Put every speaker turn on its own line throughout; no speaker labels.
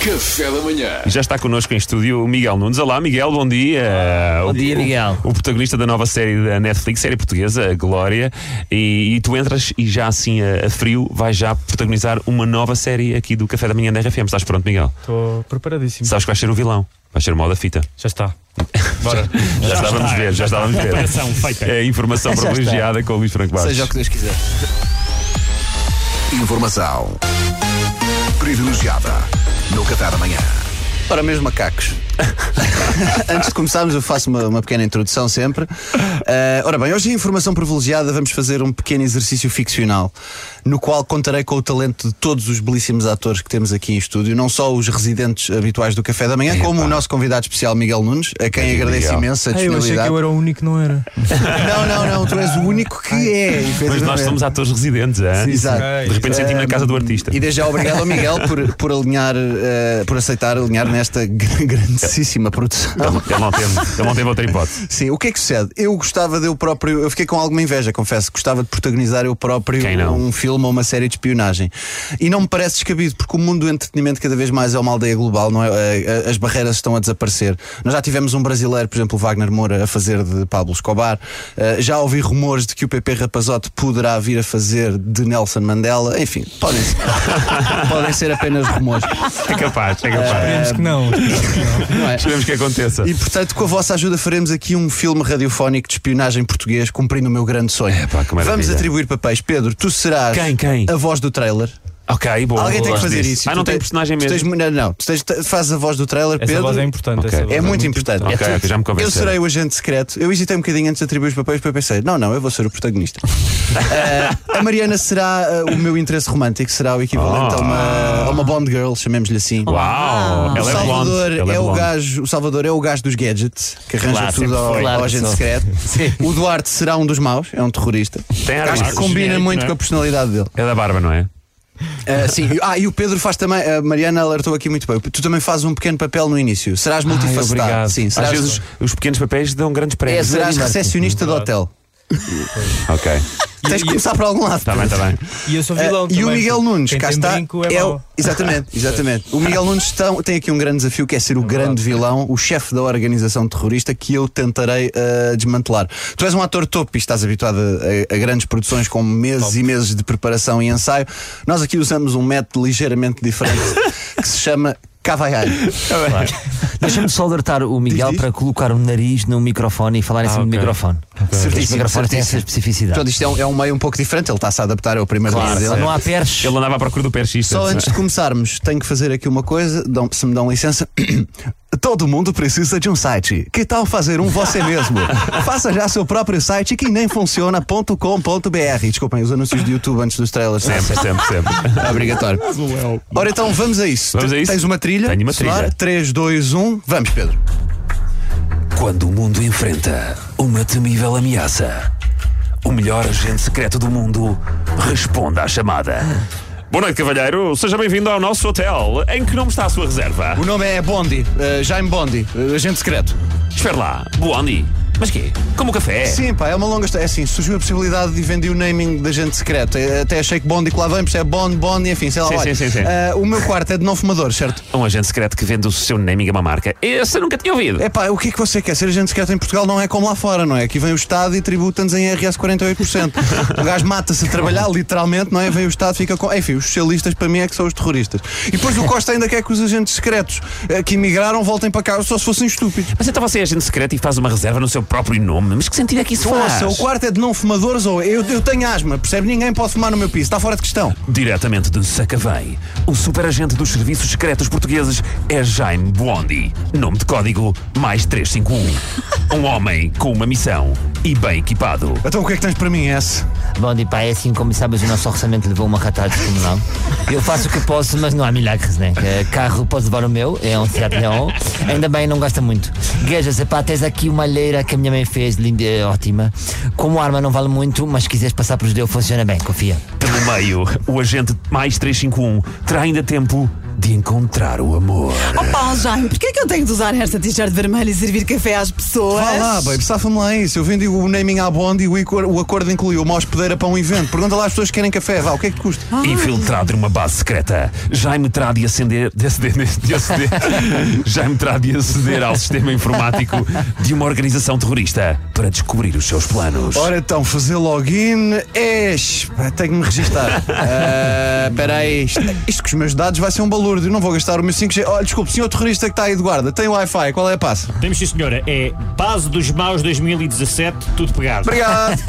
Café da manhã.
E Já está connosco em estúdio o Miguel Nunes. Olá, Miguel, bom dia.
Bom dia,
O-
Miguel.
O, protagonista da nova série da Netflix, série portuguesa, a Glória. E, e tu entras e já assim a, a frio vais já protagonizar uma nova série aqui do Café da Manhã da RFM. Estás pronto, Miguel?
Estou preparadíssimo.
Sabes que vais ser o vilão. Vais ser o mal da fita.
Já está. Bora.
Já, estávamos a ver, já estávamos a ver.
Preparação feita.
É informação privilegiada com o Luís Franco Bastos.
Seja o que Deus quiser.
Informação privilegiada no Café da manhã.
Ora, meus macacos. Antes de começarmos, eu faço uma, uma pequena introdução sempre. Eh, ora bem, hoje em Informação Privilegiada vamos fazer um pequeno exercício ficcional, no qual contarei com o talento de todos os belíssimos atores que temos aqui em estúdio, não só os residentes habituais do Café da Manhã, como o nosso convidado especial Miguel Nunes, a quem
Miguel.
agradeço imenso a
Ah, eu achei que
disponibilidade.
eu era o único, não era.
Não, não, não, tu és o único que é.
Mas nós
efetivamente.
somos atores residentes, hã?
Exato. É,
De repente sentimos na casa do artista.
E desde já obrigado ao Miguel por, por alinhar, eh, por aceitar alinhar nesta gr- grandíssima produção.
Ele, ele não teve, ele não teve outra hipótese.
Sim, o que é que sucede? Eu gostava de eu próprio, eu fiquei com alguma inveja, confesso, gostava de protagonizar eu próprio
Quem não?
um filme ou uma série de espionagem. E não me parece descabido, porque o mundo do entretenimento cada vez mais é uma aldeia global, não é? A- a- As barreiras estão a desaparecer. Nós já tivemos um brasileiro, por exemplo, o Wagner Moura, a fazer de Pablo Escobar. Eh, Já ouvi rumores de que o PP Rapazote poderá vir a fazer de Nelson Mandela. Enfim, podem ser, podem ser apenas rumores.
É capaz, é
Ah,
capaz.
Esperemos que não.
Não é?
Esperemos que aconteça.
E portanto, com a vossa ajuda, faremos aqui um filme radiofónico de espionagem português, cumprindo o meu grande sonho.
É, pá, que maravilha.
Vamos atribuir papéis. Pedro, tu serás
Quem, quem?
a voz do trailer.
Ok, bom.
Alguém tem que
gosto
fazer
disso.
isso.
Ah,
Tu
não tem
tens-
personagem
tu
mesmo.
tens- não, não. Tu tens- te- fazes a voz do trailer,
Essa
Pedro.
voz é importante.
Ok.
Essa voz
É muito importante.
Ok,
É tudo.
já me convenceu.
eu serei o agente secreto. Eu hesitei um bocadinho antes de atribuir os papéis, porque eu pensei, não, não, eu vou ser o protagonista. Ah, a Mariana será ah, o meu interesse romântico, será o equivalente
Oh.
a, uma, a uma Bond Girl, chamemos-lhe assim.
Uau!
O
Ela é
Salvador
blonde. Ela
é, o
blonde.
gajo, o Salvador é o gajo dos gadgets que arranja
Claro,
tudo
sempre
ao,
foi.
ao
Claro,
agente
só. um
secreto. O Duarte será um dos maus, é um terrorista.
Tem armas.
Acho que combina muito
né?
com a personalidade dele.
É da barba, não é?
Ah, sim. Ah, e o Pedro faz também, a Mariana alertou aqui muito bem. Tu também fazes um pequeno papel no início. Serás multifacetado.
obrigado.
sim,
Às
serás,
vezes os, os pequenos papéis dão
É.
grandes prémios. é
serás recepcionista do hotel.
Ok.
Tens de começar por algum lado.
Está Tá bem, está bem.
E eu sou vilão
Ah,
também.
e o Miguel
porque
Nunes,
quem
cá
tem
está.
brinco é,
é o,
mau.
exatamente, exatamente. O Miguel Nunes tão- tem aqui um grande desafio que é ser o grande vilão, o chefe da organização terrorista que eu tentarei ah, desmantelar. Tu és um ator topo e estás habituado a, a- a grandes produções com meses e meses de preparação e ensaio. Nós aqui usamos um método ligeiramente diferente que se chama cavaialho.
Deixa-me só alertar o Miguel
diz.
para colocar o nariz no microfone e falar em cima
Ah,
do
ok.
microfone. Os
Certíssimo,
microfones têm essa
certíssimo. Portanto,
especificidade.
isto é um, é um meio um pouco diferente, ele está-se a adaptar ao primeiro dia dele.
não há perches.
Ele andava à procura do persista.
Só antes de começarmos, tenho que fazer aqui uma coisa, dão- se me dão licença. Todo mundo precisa de um site. Que tal fazer um você mesmo? Faça já seu próprio site que nem funciona.com.br. Desculpem, os anúncios de YouTube antes dos trailers.
Sempre, sempre, sempre.
É Obrigatório. Ora então, vamos a isso.
Vamos a isso?
Tens uma trilha?
Tenho uma
Sonora?
trilha.
3, 2, 1. Vamos, Pedro.
Quando o mundo enfrenta uma temível ameaça, o melhor agente secreto do mundo responde à chamada.
Boa noite, cavalheiro. Seja bem-vindo ao nosso hotel. Em que nome está a sua reserva?
O nome é Bondi, eh, Jaime Bondi, eh, agente secreto.
Espera lá. Bondi. Mas quê? Como o café?
Sim, pá, é uma longa história. É assim, surgiu a possibilidade de vender o naming da gente secreto. Eh, Até achei que Bondi que lá vem, porque é Bond, Bond, enfim, sei lá.
Sim,
olha.
sim, sim, sim.
Ah, o meu quarto é de não fumador, certo?
Um agente secreto que vende o seu naming a uma marca. Esse eu nunca tinha ouvido.
É pá, o que é que você quer? Ser agente secreto em Portugal não é como lá fora, não é? Aqui vem o Estado e tributa-nos em RS 48%. o gajo mata-se a trabalhar, literalmente, não é? Vem o Estado, fica com. Enfim, os socialistas para mim é que são os terroristas. E depois o Costa ainda quer que os agentes secretos eh, que emigraram voltem para cá, só se fossem estúpidos.
Mas então você é agente secreto e faz uma reserva no seu próprio nome. Mas que sentido é que isso faz?
Ouça, o quarto é de não fumadores ou eu, eu tenho asma, percebe? Ninguém pode fumar no meu piso, está fora de questão.
Diretamente de Sacavém, o superagente dos serviços secretos portugueses é Jaime Bondi. Nome de código mais 351. Um homem com uma missão e bem equipado.
Então o que é que tens para mim, S?
Bom, e pá, é assim como sabes, o nosso orçamento levou uma ratada de comunal. Eu faço o que posso, mas não há milagres, né? Que Carro, posso levar o meu, é um Seat Leon. Ainda bem, não gasta muito. Gajas, epá, tens aqui uma leira que a minha mãe fez, linda, é ótima. Como arma não vale muito, mas se quiseres passar por judeu, funciona bem, confia.
Pelo meio, o agente mais 351 terá um ainda tempo de encontrar o amor.
Oh, Paulo Jaime, porquê é que eu tenho de usar esta t-shirt vermelha e servir café às pessoas?
Vá lá, baby, safa-me lá isso. Eu vendi o naming à Bond e o, icor- o acordo incluiu uma hospedeira para um evento. Pergunta lá às pessoas que querem café. Vá, o que é que te custa?
Infiltrado numa base secreta, Jaime terá de acender. De aceder, de aceder, Jaime terá de aceder ao sistema informático de uma organização terrorista para descobrir os seus planos.
Ora então, fazer login é. pá, Tenho que me registar. Ah, Espera aí, isto, isto com os meus dados vai ser um balúrdio. Não vou gastar o meu 5G. Olha, desculpe, senhor terrorista que está aí de guarda, tem Wi-Fi, qual é a passa?
Temos sim, senhora. É Base dos Maus 2017, tudo pegado.
Obrigado!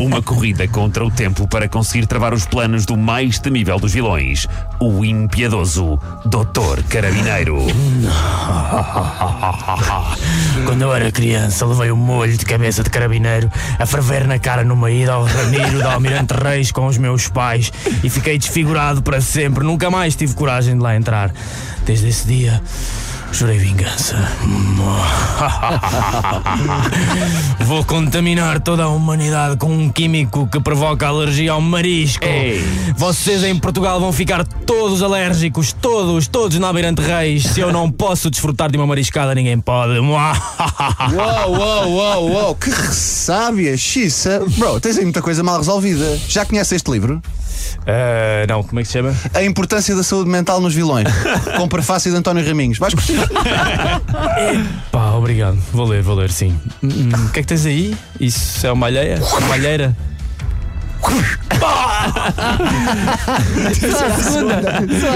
Uma corrida contra o tempo para conseguir travar os planos do mais temível dos vilões, o impiedoso Dr. Carabineiro.
Quando eu era criança, levei um molho de cabeça de carabineiro a ferver na cara numa ida ao Ramiro da Almirante Reis com os meus pais e fiquei desfigurado para sempre. Nunca mais tive coragem de lá entrar. Desde esse dia, jurei vingança. Vou contaminar toda a humanidade com um químico que provoca alergia ao marisco. Vocês em Portugal vão ficar todos alérgicos, todos, todos na Almirante Reis. Se eu não posso desfrutar de uma mariscada, ninguém pode.
Uou, uou, uou, uou, que ressábia, xiça. Bro, tens aí muita coisa mal resolvida. Já conheces este livro?
Ah, não, como é que se chama?
A Importância da Saúde Mental nos Vilões, com prefácio de António Raminhos. Vais curtir?
Pá, obrigado. Vou ler, vou ler, sim. Hum, hum, O que é que tens aí? Isso é uma alheia? Uma alheira?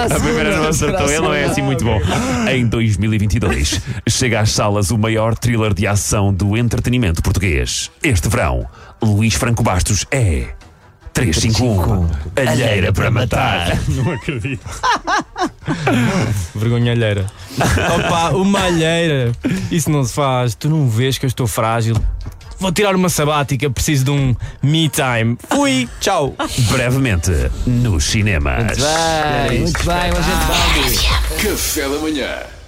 A primeira não acertou, ele não é assim muito bom. Em 2022, chega às salas o maior thriller de ação do entretenimento português. Este verão, Luís Franco Bastos é 351 Alheira para Matar.
Não acredito. Vergonha alheira. Opa, uma alheira. Isso não se faz. Tu não vês que eu estou frágil. Vou tirar uma sabática, preciso de um me time. Fui, tchau.
Brevemente, nos cinemas.
Muito bem, muito bem, hoje é de balde.
Café da manhã.